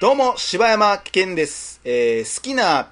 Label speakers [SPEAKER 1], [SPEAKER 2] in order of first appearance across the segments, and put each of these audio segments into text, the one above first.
[SPEAKER 1] どうも、柴山健です。えー好きな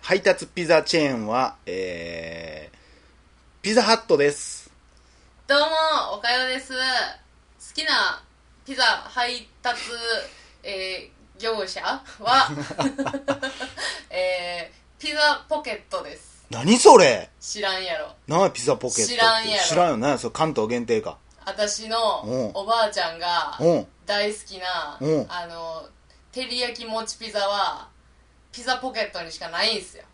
[SPEAKER 1] 配達ピザチェーンは、えーピザハットです。
[SPEAKER 2] どうも、おかよです。好きなピザ配達、えー業者は、 えーピザポケットです。
[SPEAKER 1] 何それ
[SPEAKER 2] 知らんやろ。
[SPEAKER 1] なあ、ピザポケットって。
[SPEAKER 2] 知らんやろ
[SPEAKER 1] 知らんよね。そう、関東限定か。
[SPEAKER 2] 私の
[SPEAKER 1] うん
[SPEAKER 2] おばあちゃんが
[SPEAKER 1] うん
[SPEAKER 2] 大好きな
[SPEAKER 1] うん、
[SPEAKER 2] あの、照り焼きもちピザは、ピザポケットにしかないんすよ。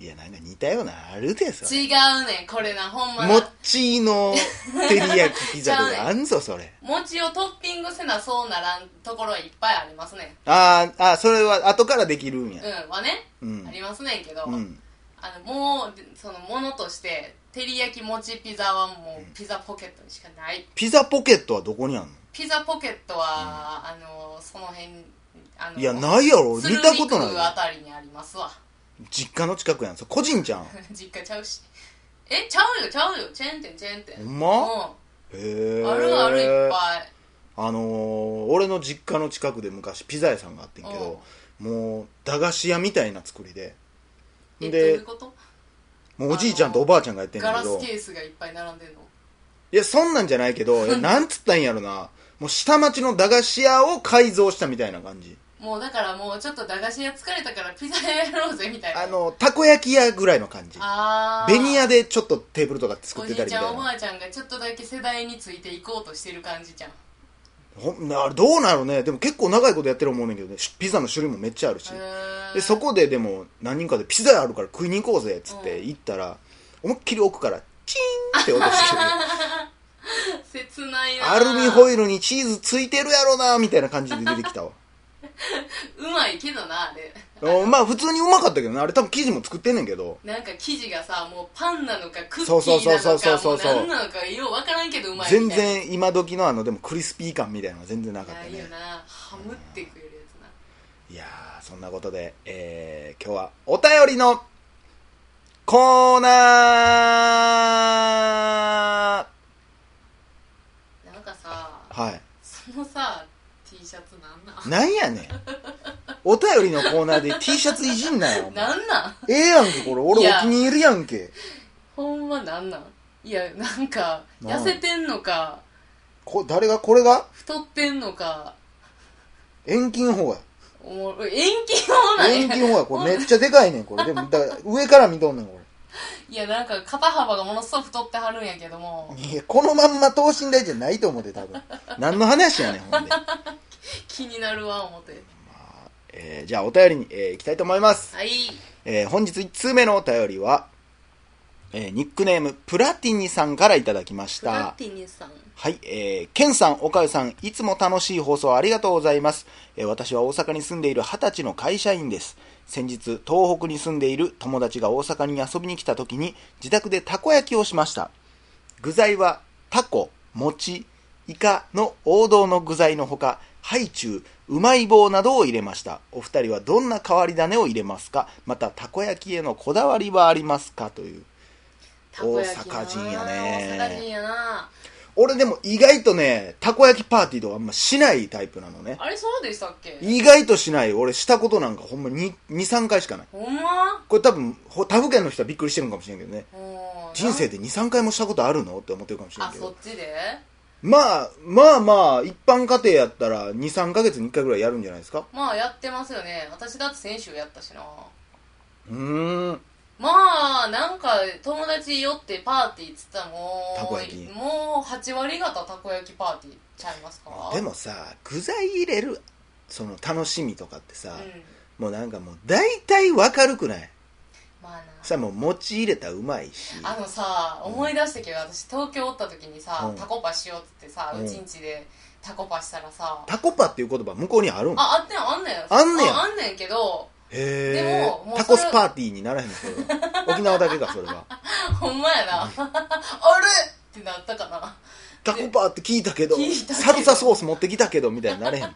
[SPEAKER 1] いや、なんか似たようなあるでそれ
[SPEAKER 2] 違うねん、これな、ほんま
[SPEAKER 1] も
[SPEAKER 2] な
[SPEAKER 1] っ。ちの照り焼きピザとかあん ぞ、それ。
[SPEAKER 2] 餅をトッピングせなそうならんところはいっぱいありますね。
[SPEAKER 1] あーあー、それは後からできるんや。
[SPEAKER 2] うん、はね、
[SPEAKER 1] うん
[SPEAKER 2] ありますねんけど、
[SPEAKER 1] うん。
[SPEAKER 2] あのもうそのものとして照り焼きもちピザはもうピザポケットにしかない
[SPEAKER 1] ピザポケットはどこにあんの
[SPEAKER 2] ピザポケットは、あのその辺あの
[SPEAKER 1] いや、ないやろ。俺
[SPEAKER 2] 鶴
[SPEAKER 1] 見
[SPEAKER 2] 見区
[SPEAKER 1] たこと
[SPEAKER 2] あ
[SPEAKER 1] な
[SPEAKER 2] たりにありますわ
[SPEAKER 1] い。実家の近くやん。それ個人じゃん。
[SPEAKER 2] 実家ちゃうしえちゃうよちゃうよチェーン店チェーン店
[SPEAKER 1] ほんま
[SPEAKER 2] う
[SPEAKER 1] へえ。
[SPEAKER 2] ん、あるあるいっぱい
[SPEAKER 1] あのー俺の実家の近くで昔ピザ屋さんがあってんけど、もう駄菓子屋みたいな作りで
[SPEAKER 2] えどうい
[SPEAKER 1] で
[SPEAKER 2] うこと
[SPEAKER 1] もうおじいちゃんとおばあちゃんがやってんだ
[SPEAKER 2] ガ
[SPEAKER 1] け
[SPEAKER 2] ラス
[SPEAKER 1] ど
[SPEAKER 2] ケースがいっぱい並んでんの
[SPEAKER 1] いやそんなんじゃないけ どいやなんつったんやろなもう下町の駄菓子屋を改造したみたいな感じ
[SPEAKER 2] もうだからもうちょっと駄菓子屋疲れたからピザ屋やろうぜみたいな
[SPEAKER 1] あのたこ焼き屋ぐらいの感じ
[SPEAKER 2] あー
[SPEAKER 1] ベニヤでちょっとテーブルとか作
[SPEAKER 2] お
[SPEAKER 1] って
[SPEAKER 2] じい
[SPEAKER 1] たりみ
[SPEAKER 2] ちゃ
[SPEAKER 1] たい
[SPEAKER 2] んお
[SPEAKER 1] な
[SPEAKER 2] ばあちゃんがちょっとだけ世代についていこうとしてる感じじゃん
[SPEAKER 1] ほんなどうなるねでも結構長いことやってる思うねんけどねしピザの種類もめっちゃあるしでそこででも何人かでピザあるから食いに行こうぜっつって
[SPEAKER 2] う
[SPEAKER 1] 行ったら思いっきり奥からチーンって音して る
[SPEAKER 2] 切ないな
[SPEAKER 1] アルミホ
[SPEAKER 2] イ
[SPEAKER 1] イルにチーズついてるやろなみたいな感じで出てきた わ
[SPEAKER 2] うまいけどなあれ
[SPEAKER 1] おまあ普通にうまかったけどねあれ多分生地も作ってんねんけど
[SPEAKER 2] なんか生地がさもうパンなのかクッキ
[SPEAKER 1] そうそう
[SPEAKER 2] ー
[SPEAKER 1] そ
[SPEAKER 2] な
[SPEAKER 1] うそう
[SPEAKER 2] の
[SPEAKER 1] そう
[SPEAKER 2] か
[SPEAKER 1] そ
[SPEAKER 2] も
[SPEAKER 1] う
[SPEAKER 2] う何なのかようわからんけどうまい
[SPEAKER 1] 全
[SPEAKER 2] みたいな
[SPEAKER 1] 然今時のあのでもクリスピー感みたいなのが全然なかった
[SPEAKER 2] ない
[SPEAKER 1] ね
[SPEAKER 2] よなハムってくれるやつない
[SPEAKER 1] やーそんなことで、えー、今日はお便りのコーナー
[SPEAKER 2] なんかさ
[SPEAKER 1] はい
[SPEAKER 2] そのさ T シャツなんな
[SPEAKER 1] なんやねん。お便りのコーナーで T シャツいじんなよ
[SPEAKER 2] ん。なんなん
[SPEAKER 1] ええやんけ、これ。俺
[SPEAKER 2] いや
[SPEAKER 1] お気に入りやんけ。
[SPEAKER 2] ほんまなんなんいやなんか
[SPEAKER 1] なん
[SPEAKER 2] 痩せてんのか
[SPEAKER 1] こ誰が、これが
[SPEAKER 2] 太ってんのか
[SPEAKER 1] 遠近法や。
[SPEAKER 2] おもろ遠近もない
[SPEAKER 1] 遠近法や。これめっちゃでかいねん、これ。でも、だから上から見とんねん、こ
[SPEAKER 2] いやなんか肩幅がものすごく太ってはるんやけども
[SPEAKER 1] れ。いや、このまんま等身大じゃないと思って、多分。何の話やねん、ほんで。
[SPEAKER 2] 気になるわ思って
[SPEAKER 1] えーじゃあお便りに、えー行きたいと思います。
[SPEAKER 2] はい
[SPEAKER 1] えー本日1通目のお便りは、えーニックネーム、プラティニさんからいただきまし
[SPEAKER 2] プ
[SPEAKER 1] た。
[SPEAKER 2] ラティニさん
[SPEAKER 1] はい、えー、ケンさん、おかゆさん、いつも楽しい放送ありがとうございます。えー私は大阪に住んでいる20歳の会社員です。先日、東北に住んでいる友達が大阪に遊びに来た時に、自宅でたこ焼きをしました。具材は、タコ、餅、イカの王道の具材のほか、ハイチュウ、うまい棒などを入れました。お二人はどんな変わり種を入れますかまた、たこ焼きへのこだわりはありますかという。
[SPEAKER 2] たこ焼きな
[SPEAKER 1] 大阪人やね
[SPEAKER 2] 大阪人やな
[SPEAKER 1] 俺でも意外とね、たこ焼きパーティーとかあんましないタイプなのね。
[SPEAKER 2] あれそうでしたっけ
[SPEAKER 1] 意外としない俺したことなんかほんまに23回しかない
[SPEAKER 2] ほんま
[SPEAKER 1] これ多分ほ他府県の人はびっくりしてるのかもしれんけどね
[SPEAKER 2] うん
[SPEAKER 1] 人生で23回もしたことあるのって思ってるかもしれ
[SPEAKER 2] なんん
[SPEAKER 1] け
[SPEAKER 2] あそっ
[SPEAKER 1] ど
[SPEAKER 2] ちで
[SPEAKER 1] まあまあまあ一般家庭やったら23ヶ月に1回ぐらいやるんじゃないですか
[SPEAKER 2] まあやってますよね私だって先週やったしな
[SPEAKER 1] うーん
[SPEAKER 2] まあなんか友達寄ってパーティーっつったらもう
[SPEAKER 1] たこ焼き
[SPEAKER 2] もう8割方たこ焼きパーティーちゃいますか
[SPEAKER 1] でもさ具材入れるその楽しみとかって
[SPEAKER 2] う
[SPEAKER 1] さ、
[SPEAKER 2] ん
[SPEAKER 1] もうなんかもう大体わかるくない
[SPEAKER 2] まあな
[SPEAKER 1] さもう餅入れたらうまいし
[SPEAKER 2] あのさ思い出したけど私東京おった時にさ、
[SPEAKER 1] うん
[SPEAKER 2] タコパしようっつってさ、
[SPEAKER 1] う
[SPEAKER 2] うんちんちでタコパしたらさ、
[SPEAKER 1] タコパっていう言葉向こうにあるんへ
[SPEAKER 2] ああってんあんねん
[SPEAKER 1] あんねや
[SPEAKER 2] ああんねんけどで
[SPEAKER 1] え
[SPEAKER 2] ももうそれ
[SPEAKER 1] タコスパーティーにならへんのそれは沖縄だけかそれは
[SPEAKER 2] ほんまやな あれってなったかな
[SPEAKER 1] タコパーって聞いたけど
[SPEAKER 2] 聞いたけど
[SPEAKER 1] サルサソース持ってきたけどみたいにな れへん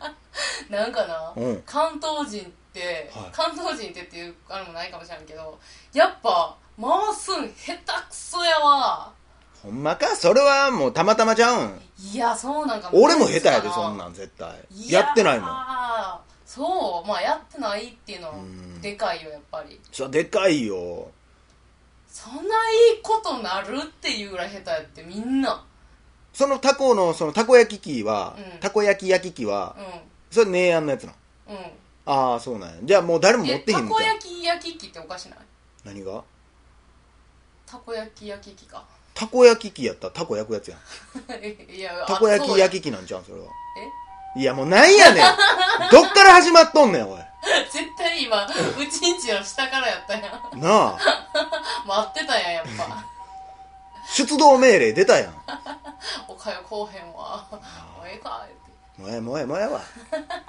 [SPEAKER 2] なんかな、
[SPEAKER 1] うん
[SPEAKER 2] 関東人って、
[SPEAKER 1] はい
[SPEAKER 2] 関東人ってっていうあれもないかもしれんけどやっぱ回すん下手くそやわ
[SPEAKER 1] ほんまかそれはもうたまたまちゃうん。
[SPEAKER 2] いやそうなんか
[SPEAKER 1] 俺も下手やで、そんなん絶対。やってないもん。
[SPEAKER 2] んそうまあやってないっていうのは
[SPEAKER 1] うん
[SPEAKER 2] でかいよやっぱり
[SPEAKER 1] それでかいよ。
[SPEAKER 2] そんないいことなるっていうぐらい下手やってみんな
[SPEAKER 1] そのタコの、そのたこ焼き器は、
[SPEAKER 2] うん
[SPEAKER 1] たこ焼き焼き器は、
[SPEAKER 2] う
[SPEAKER 1] それ姉あんのやつなの。
[SPEAKER 2] んうん
[SPEAKER 1] ああ、そうなんや。じゃあもう誰も持
[SPEAKER 2] え
[SPEAKER 1] ってへ
[SPEAKER 2] た
[SPEAKER 1] んの
[SPEAKER 2] こ
[SPEAKER 1] じゃん。
[SPEAKER 2] 焼き焼き器っておかしない
[SPEAKER 1] 何が
[SPEAKER 2] たこ焼き焼き器か
[SPEAKER 1] たこ焼き器やったらたこ焼くやつやん。
[SPEAKER 2] いや
[SPEAKER 1] たこ焼き
[SPEAKER 2] き
[SPEAKER 1] 焼き器なんちゃうんそれは。いやもうなんやねんどっから始まっとんねん、おい。
[SPEAKER 2] 絶対今う ちんちの下からやったやん
[SPEAKER 1] なあ。
[SPEAKER 2] 待ってたやんやっぱ
[SPEAKER 1] 出動命令出たやん。
[SPEAKER 2] おかよこうへんわもうええかって
[SPEAKER 1] もうええもうええもうええ わ。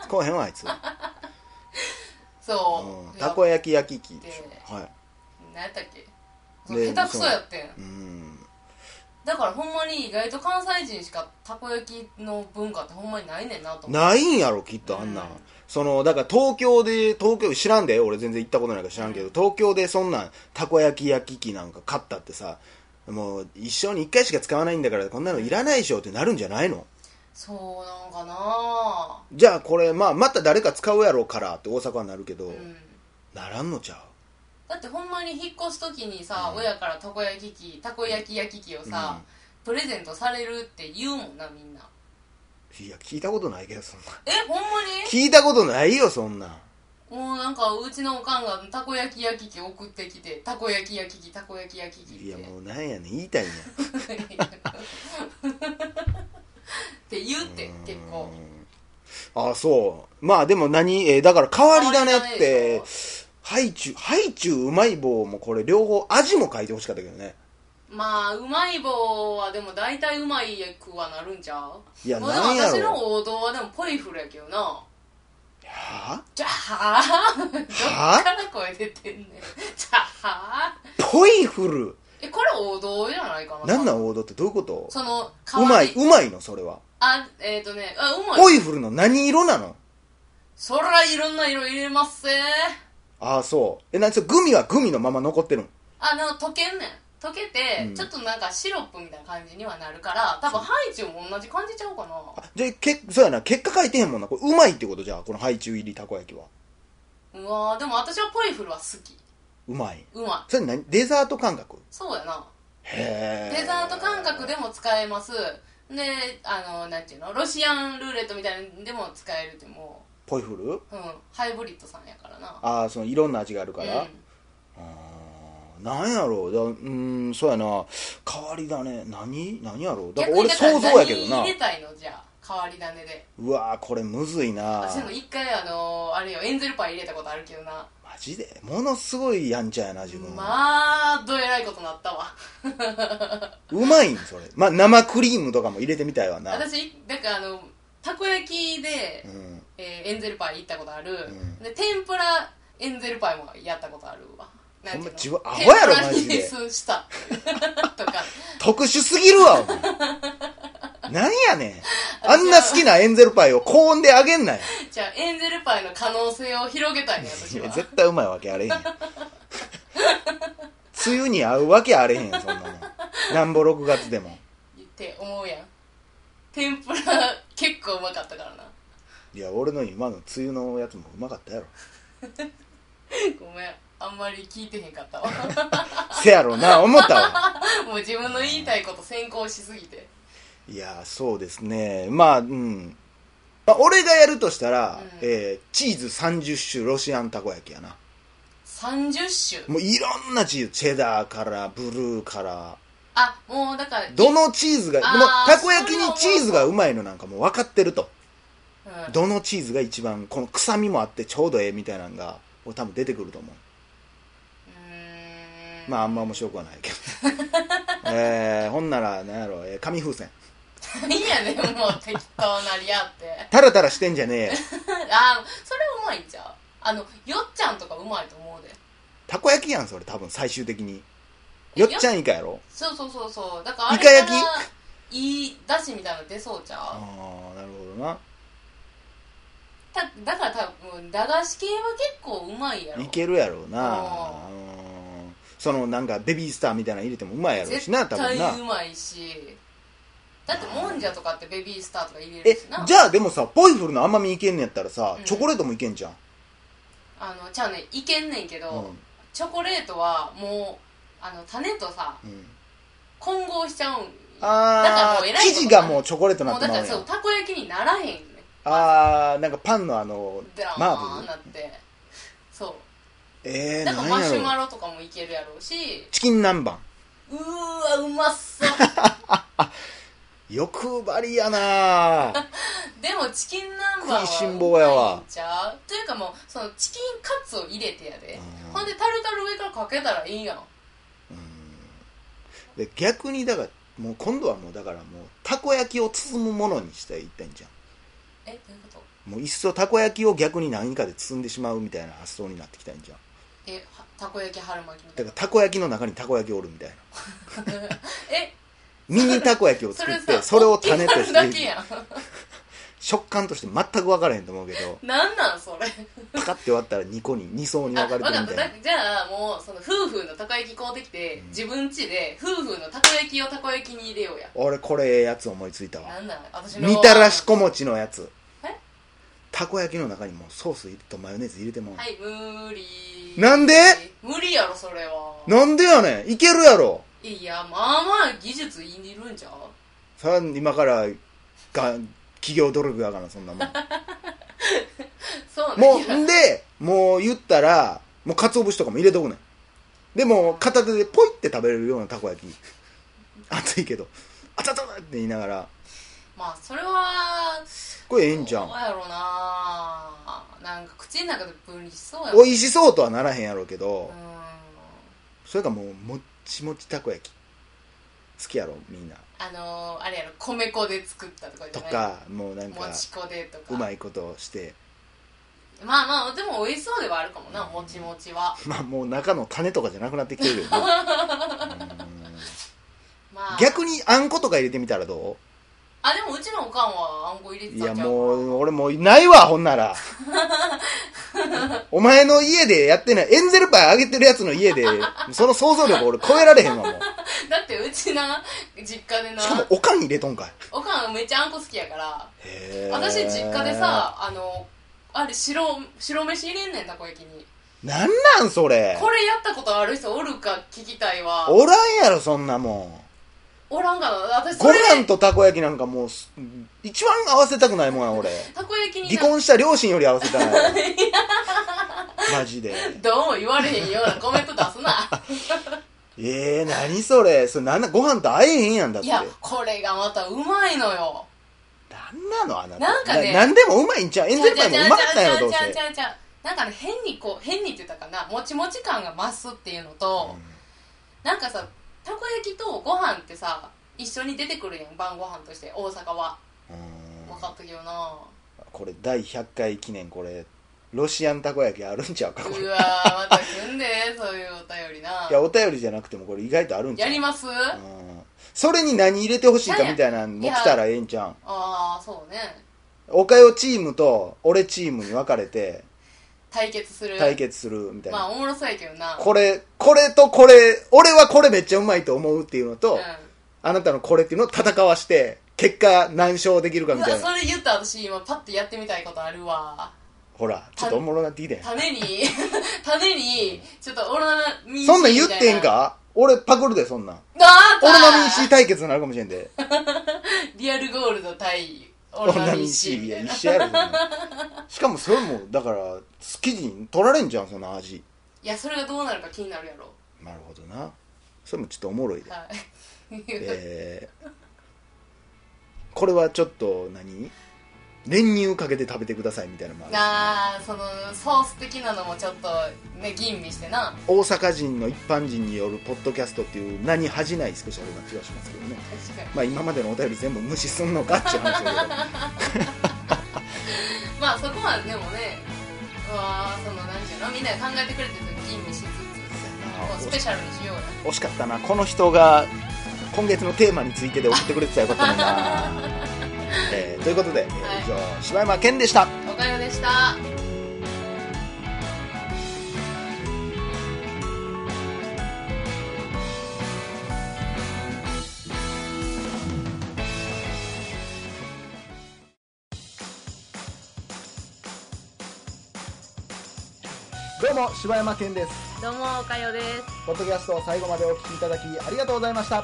[SPEAKER 1] こうへんわ、あいつ。う、
[SPEAKER 2] そうん
[SPEAKER 1] たこ
[SPEAKER 2] や
[SPEAKER 1] 焼き焼き器でしょ。はい。
[SPEAKER 2] 何やったっけ
[SPEAKER 1] で
[SPEAKER 2] 下手くそやってん
[SPEAKER 1] うん。
[SPEAKER 2] だからほんまに意外と関西人しかたこ焼きの文化ってほんまにないねんなと思って
[SPEAKER 1] ないんやろ、きっとあんなん。
[SPEAKER 2] うん
[SPEAKER 1] その、だから東京で、東京、知らんで、俺全然行ったことないから知らんけど、東京でそんなん、たこ焼き焼き器なんか買ったってさ、もう一生に一回しか使わないんだから、こんなのいらないでしょってなるんじゃないの
[SPEAKER 2] そうなんかな
[SPEAKER 1] じゃあこれ、まあ、また誰か使うやろうからって大阪はなるけど、
[SPEAKER 2] うん
[SPEAKER 1] ならんのちゃ
[SPEAKER 2] だってほんまに引っ越す時にさ、
[SPEAKER 1] うん
[SPEAKER 2] 親からたこ焼き器たこ焼き焼き器をさ、プレゼントされるって言うもんなみんな
[SPEAKER 1] ういや、聞いたことないけど、そんな。
[SPEAKER 2] えほんま
[SPEAKER 1] 聞いたことないよ、そんなん。
[SPEAKER 2] にもうなんかうちのおかんがたこ焼き焼き器送ってきてたこ焼き焼き器たこ焼き焼き器って
[SPEAKER 1] いや、もうなんやねん、言いたいんや。
[SPEAKER 2] って言うって結構
[SPEAKER 1] ああそうまあでも何、えーだから変わり種っ
[SPEAKER 2] 変わり種
[SPEAKER 1] て
[SPEAKER 2] で
[SPEAKER 1] ハイチュウハイチュウうまい棒もこれ両方味も書いてほしかったけどね
[SPEAKER 2] まあうまい棒はでも大体うまい役はなるんちゃう
[SPEAKER 1] い
[SPEAKER 2] い
[SPEAKER 1] や
[SPEAKER 2] もうで
[SPEAKER 1] なん
[SPEAKER 2] も
[SPEAKER 1] やろ
[SPEAKER 2] 私の王道はでもポリフルやけどな
[SPEAKER 1] はあ
[SPEAKER 2] じゃあはーどっから声出てんねんじゃあはー
[SPEAKER 1] ポイフル
[SPEAKER 2] えこれ王道じゃないかな
[SPEAKER 1] なんなんん王道ってどういうこと
[SPEAKER 2] その
[SPEAKER 1] うまいう
[SPEAKER 2] う
[SPEAKER 1] まいのそれは
[SPEAKER 2] あえっ、ー、とねあうまい
[SPEAKER 1] ポイフルの何色なの
[SPEAKER 2] そらいろんな色入れますぜ
[SPEAKER 1] ああそうえなんそれグミはグミのまま残ってるん
[SPEAKER 2] あでも溶けんねん溶けて、
[SPEAKER 1] うん
[SPEAKER 2] ちょっとなんかシロップみたいな感じにはなるから多分ハイチュウも同じ感じちゃうかな
[SPEAKER 1] あじゃあけそうやな結果書いてへんもんなこれうまいってことじゃあこのハイチュウ入りたこ焼きは
[SPEAKER 2] うわーでも私はポリフルは好き
[SPEAKER 1] うまいう
[SPEAKER 2] まい
[SPEAKER 1] それ何デザート感覚
[SPEAKER 2] そうやな
[SPEAKER 1] へえ
[SPEAKER 2] デザート感覚でも使えますであのなんていうのロシアンルーレットみたいなのでも使えるっても
[SPEAKER 1] ポイフル
[SPEAKER 2] う、うん、ハイブリッドさんやからな
[SPEAKER 1] ああそのいろんな味があるから、
[SPEAKER 2] うん
[SPEAKER 1] あーなんやろうだうーんそうやな変わりだね何何やろうだか
[SPEAKER 2] 逆
[SPEAKER 1] ら俺
[SPEAKER 2] にだから
[SPEAKER 1] 想像やけど
[SPEAKER 2] 何
[SPEAKER 1] な
[SPEAKER 2] 入れたいのじゃあ変わり種で
[SPEAKER 1] うわーこれむずいな
[SPEAKER 2] 私でも一回あのーあれよエンゼルパイ入れたことあるけどな
[SPEAKER 1] マジでものすごいやんちゃやな自分、
[SPEAKER 2] まあどえらいことなったわ
[SPEAKER 1] うまいんそれ、まあ、生クリームとかも入れてみたいわな、
[SPEAKER 2] 私だからあのたこ焼きで
[SPEAKER 1] う、ん、
[SPEAKER 2] えーエンゼルパイ行ったことある、
[SPEAKER 1] ん
[SPEAKER 2] で天ぷらエンゼルパイもやったことあるわなんていう
[SPEAKER 1] ほ
[SPEAKER 2] の
[SPEAKER 1] んま自分アホやろ
[SPEAKER 2] 天ぷら
[SPEAKER 1] マジで
[SPEAKER 2] に すしたとか
[SPEAKER 1] 特殊すぎるわお 前なんやねんあんな好きなエンゼルパイを高温で揚げんなよ
[SPEAKER 2] じゃあエンゼルパイの可能性を広げたいね
[SPEAKER 1] い
[SPEAKER 2] 私
[SPEAKER 1] や
[SPEAKER 2] は
[SPEAKER 1] 絶対うまいわけあれへんやん 梅雨に合うわけあれへんやんそんなもんなんぼ6月でも
[SPEAKER 2] って思うやん天ぷら結構うまかったからない
[SPEAKER 1] や俺の今の梅雨のやつもうまかったやろ
[SPEAKER 2] ごめんあんまり聞いてへん かったわ
[SPEAKER 1] せやろな思ったわ
[SPEAKER 2] もう自分の言いたいこと先行しすぎて
[SPEAKER 1] いやそうですねまあうん、まあ、俺がやるとしたら、
[SPEAKER 2] うん
[SPEAKER 1] えーチーズ30種ロシアンたこ焼きやな
[SPEAKER 2] 30種
[SPEAKER 1] もういろんなチーズチェダーからブルーから
[SPEAKER 2] あもうだから
[SPEAKER 1] どのチーズが
[SPEAKER 2] あー
[SPEAKER 1] もうたこ焼きに
[SPEAKER 2] そ
[SPEAKER 1] チ
[SPEAKER 2] れはもう
[SPEAKER 1] ーズがうまいのなんかもう分かってると
[SPEAKER 2] うん
[SPEAKER 1] どのチーズが一番この臭みもあってちょうどええみたいなのが多分出てくると思う
[SPEAKER 2] うーん
[SPEAKER 1] まああんま面白くはないけど えー、ほんなら何やろ、えー紙風船
[SPEAKER 2] いいやねもう適当なり合って
[SPEAKER 1] タラタラしてんじゃねえよ
[SPEAKER 2] あそれうまいんちゃうあのよっちゃんとかうまいと思うで
[SPEAKER 1] たこ焼きやんそれ多分最終的に
[SPEAKER 2] え
[SPEAKER 1] よっちゃんイカやろ
[SPEAKER 2] そうそうそうそうだからあれ
[SPEAKER 1] イカ焼き
[SPEAKER 2] からいいだしみたいなの出そうちゃう
[SPEAKER 1] ああなるほどな
[SPEAKER 2] ただから多分駄菓子系は結構うまいやろ
[SPEAKER 1] いけるやろうな
[SPEAKER 2] あ
[SPEAKER 1] うんそのなんかベビースターみたいなの入れてもうまいやろうし
[SPEAKER 2] 絶
[SPEAKER 1] な多分な
[SPEAKER 2] 対うまいしだってもんじゃとかってベビースターとか入れ
[SPEAKER 1] え
[SPEAKER 2] るしな
[SPEAKER 1] じゃあでもさポイフルの甘みいけんねやったらさ、
[SPEAKER 2] うん
[SPEAKER 1] チョコレートもいけんじゃん、
[SPEAKER 2] あのちゃうねいけんねんけど、
[SPEAKER 1] うん
[SPEAKER 2] チョコレートはもうあの種とさ
[SPEAKER 1] うん、
[SPEAKER 2] 混合しちゃうん
[SPEAKER 1] あ
[SPEAKER 2] だからもう
[SPEAKER 1] ー
[SPEAKER 2] 偉いこと
[SPEAKER 1] 生地がもうチョコレートにな
[SPEAKER 2] も
[SPEAKER 1] っ
[SPEAKER 2] う
[SPEAKER 1] て
[SPEAKER 2] だ
[SPEAKER 1] ま
[SPEAKER 2] か
[SPEAKER 1] う
[SPEAKER 2] ら
[SPEAKER 1] んや
[SPEAKER 2] そうたこ焼きにならへんね
[SPEAKER 1] あーなんかパンのあの
[SPEAKER 2] ドラ
[SPEAKER 1] マ
[SPEAKER 2] ー
[SPEAKER 1] ー
[SPEAKER 2] ン
[SPEAKER 1] ブル
[SPEAKER 2] なってそ
[SPEAKER 1] え
[SPEAKER 2] う
[SPEAKER 1] ー、
[SPEAKER 2] だからマ
[SPEAKER 1] 何
[SPEAKER 2] シ
[SPEAKER 1] や
[SPEAKER 2] ュマ
[SPEAKER 1] ろう
[SPEAKER 2] ロとかもいけるやろうし
[SPEAKER 1] チキン南蛮
[SPEAKER 2] うーわうま そう
[SPEAKER 1] 欲張りやなー
[SPEAKER 2] でもチキン南蛮は
[SPEAKER 1] 食いしん坊やわ
[SPEAKER 2] うまいんちゃうというかもうそのチキンカツを入れてやで
[SPEAKER 1] うん
[SPEAKER 2] ほんでタルタル上からかけたらいいんやん
[SPEAKER 1] で逆にだからもう今度はもうだからもうたこ焼きを包むものにしていったんじゃん
[SPEAKER 2] えどういうこと
[SPEAKER 1] もういっそたこ焼きを逆に何かで包んでしまうみたいな発想になってきたんじゃん
[SPEAKER 2] えはたこ焼き春巻きみ
[SPEAKER 1] だ
[SPEAKER 2] たい
[SPEAKER 1] か
[SPEAKER 2] な
[SPEAKER 1] らたこ焼きの中にたこ焼きおるみたいな
[SPEAKER 2] え
[SPEAKER 1] ミニたこ焼きを
[SPEAKER 2] そ
[SPEAKER 1] 作
[SPEAKER 2] れ
[SPEAKER 1] っ
[SPEAKER 2] さ
[SPEAKER 1] てそれを種と
[SPEAKER 2] 大きなる
[SPEAKER 1] し
[SPEAKER 2] だけ
[SPEAKER 1] て
[SPEAKER 2] やん
[SPEAKER 1] 食感として全く分からへんと思うけど
[SPEAKER 2] なんなんそれ
[SPEAKER 1] パカって割ったら2個に2層に
[SPEAKER 2] あ
[SPEAKER 1] 分か
[SPEAKER 2] 分
[SPEAKER 1] れ
[SPEAKER 2] か
[SPEAKER 1] て
[SPEAKER 2] っ
[SPEAKER 1] る
[SPEAKER 2] た
[SPEAKER 1] みたい
[SPEAKER 2] だ
[SPEAKER 1] な
[SPEAKER 2] じゃあもうその夫婦のたこ焼き買うてきて、
[SPEAKER 1] うん
[SPEAKER 2] 自分家で夫婦のたこ焼きをたこ焼きに入れようや
[SPEAKER 1] 俺これええやつ思いついた
[SPEAKER 2] な
[SPEAKER 1] わ
[SPEAKER 2] んなん私の
[SPEAKER 1] みたらし小餅のやつ
[SPEAKER 2] え
[SPEAKER 1] たこ焼きの中にもうソース入れとマヨネーズ入れてもう
[SPEAKER 2] はい無理
[SPEAKER 1] なんで
[SPEAKER 2] 無理やろそれは
[SPEAKER 1] なんでやねんいけるやろ
[SPEAKER 2] いやまあまあ技術いるんちゃう
[SPEAKER 1] それは今からが企業努力やからそんな もん
[SPEAKER 2] そう
[SPEAKER 1] も
[SPEAKER 2] ね
[SPEAKER 1] う、んで、もう言ったら、もう鰹節とかも入れとくねん。でも、片手でポイって食べれるようなたこ焼き。 熱いけど、あたたたって言いながら、
[SPEAKER 2] まあそれは
[SPEAKER 1] これええんじゃん
[SPEAKER 2] どう。やろうななんか口の中で分離しそうや
[SPEAKER 1] 美
[SPEAKER 2] い
[SPEAKER 1] 味しそうとはならへんやろうけ
[SPEAKER 2] う
[SPEAKER 1] ど
[SPEAKER 2] ん、
[SPEAKER 1] それかもう、もっちもちたこ焼き。好きやろ、みんな。
[SPEAKER 2] あのー、あれやろ米粉で作ったとかじ
[SPEAKER 1] と
[SPEAKER 2] ゃない
[SPEAKER 1] か、もうなん
[SPEAKER 2] も
[SPEAKER 1] か、
[SPEAKER 2] ち粉でとか
[SPEAKER 1] うまいことをして、
[SPEAKER 2] まあまあでも美味しそうではあるかもなもちもちは
[SPEAKER 1] まあもう中の種とかじゃなくなってきてるよ ね。うん
[SPEAKER 2] まあ
[SPEAKER 1] 逆にあんことか入れてみたらど
[SPEAKER 2] あでもうちのおかんはあんこ入れ
[SPEAKER 1] う
[SPEAKER 2] て
[SPEAKER 1] い
[SPEAKER 2] た
[SPEAKER 1] や
[SPEAKER 2] んちゃう
[SPEAKER 1] もう、俺もういないわ、ほんな ら。お前の家でやってない、エンゼルパイあげてるやつの家で、その想像力俺超えられへんわ、 もう。
[SPEAKER 2] だってうちな実家でな
[SPEAKER 1] しかも、おかん入れとんかい。
[SPEAKER 2] おかんめっちゃあんこ好きやから
[SPEAKER 1] へー
[SPEAKER 2] 私実家で、さあのあれ白白飯入れんねんたこ焼きに
[SPEAKER 1] なんなんそれ。
[SPEAKER 2] これやったことある人おるか聞きたいわ
[SPEAKER 1] おらんやろ、そんなも
[SPEAKER 2] おらんかな私
[SPEAKER 1] ん。
[SPEAKER 2] そ
[SPEAKER 1] ご
[SPEAKER 2] れ
[SPEAKER 1] 飯とたこ焼きなんかもう、す一番合わせたくないもんや、俺。
[SPEAKER 2] たこ焼きに
[SPEAKER 1] 離
[SPEAKER 2] な
[SPEAKER 1] 婚した両親より合わせた ない。マジで。
[SPEAKER 2] どうも言われへんようなコメント出すな
[SPEAKER 1] ええー、何それ。それなんな、ご飯と合えへんやんだっ
[SPEAKER 2] い
[SPEAKER 1] て。
[SPEAKER 2] やこれがまたうまいのよ
[SPEAKER 1] なんなのあなた。
[SPEAKER 2] なんかね
[SPEAKER 1] なんでもうまいんちゃうエンゼルパイもうまかったんやろ、どう
[SPEAKER 2] ちゃう
[SPEAKER 1] せ
[SPEAKER 2] ち。ゃうちゃうなんかね変にこう変にって言ったかなもちもち感が増すっていうのと、なんかさたこ焼きとご飯ってさ一緒に出てくるやん晩ご飯として大阪は
[SPEAKER 1] うん
[SPEAKER 2] 分かったけどな、
[SPEAKER 1] これ第100回記念これロシアンたこ焼きあるんちゃうか
[SPEAKER 2] う
[SPEAKER 1] これい
[SPEAKER 2] わーまた来んでそういうお便りな
[SPEAKER 1] やお便りじゃなくてもこれ意外とあるんちゃ
[SPEAKER 2] や
[SPEAKER 1] う
[SPEAKER 2] ります、
[SPEAKER 1] う
[SPEAKER 2] あ
[SPEAKER 1] んそれに何入れてほしいかみたいなのも来たらええんちゃうん
[SPEAKER 2] あーそうね
[SPEAKER 1] おかよチームと俺チームに分かれて
[SPEAKER 2] 対決する
[SPEAKER 1] 対決するみたい
[SPEAKER 2] ま
[SPEAKER 1] な
[SPEAKER 2] あおもろそうやけどな
[SPEAKER 1] これこれとこれ俺はこれめっちゃうまいと思うっていうのと
[SPEAKER 2] う
[SPEAKER 1] あなたのこれっていうのを戦わして結果何勝できるか
[SPEAKER 2] ん、う
[SPEAKER 1] み
[SPEAKER 2] わ
[SPEAKER 1] たい
[SPEAKER 2] そ
[SPEAKER 1] な
[SPEAKER 2] れ言ったら私今パッてやってみたいことあるわ
[SPEAKER 1] ほらちょっとおもろなってきてん
[SPEAKER 2] 種に 種にちょっとオロナミン C
[SPEAKER 1] そんなん言っ
[SPEAKER 2] みたい
[SPEAKER 1] てんか俺パクるでそんなん
[SPEAKER 2] なあ
[SPEAKER 1] オロナミン C 対決になるかもしれんで。
[SPEAKER 2] リアルゴールド対オ
[SPEAKER 1] オ
[SPEAKER 2] ロ
[SPEAKER 1] ロ
[SPEAKER 2] ナ
[SPEAKER 1] ナ
[SPEAKER 2] ミ
[SPEAKER 1] ミ
[SPEAKER 2] ン
[SPEAKER 1] ン
[SPEAKER 2] C
[SPEAKER 1] C
[SPEAKER 2] み
[SPEAKER 1] い
[SPEAKER 2] た
[SPEAKER 1] や、
[SPEAKER 2] いな
[SPEAKER 1] 一緒やろ。そんなしかもそれも、だから、生地に取られんじゃん、その味。
[SPEAKER 2] いやそれがどうなるか気になるやろ
[SPEAKER 1] なるほどな。それもちょっとおもろいで。
[SPEAKER 2] はい、
[SPEAKER 1] えー、これはちょっと何、練乳かけて食べてくださいみたいなのもあるし
[SPEAKER 2] なあそのソース的なのもちょっとね吟味してな
[SPEAKER 1] 大阪人の一般人によるポッドキャストっていう何恥じないスペシャルな気がしますけどね。
[SPEAKER 2] 確かに
[SPEAKER 1] まあ今までのお便り全部無視すんのかっていう話だけど。
[SPEAKER 2] まあそこはでもねうわあそのなんていうのみんなが考えてくれてると吟味しつつこうスペシャルにしようよ
[SPEAKER 1] 惜しかったなこの人が今月のテーマについてで送ってくれてたらよかったのにな、えーということで、えー以上柴山健でした
[SPEAKER 2] おかよでした
[SPEAKER 1] どうも柴山健です
[SPEAKER 2] どうもおかよです
[SPEAKER 1] ポッドキャストを最後までお聞きいただきありがとうございました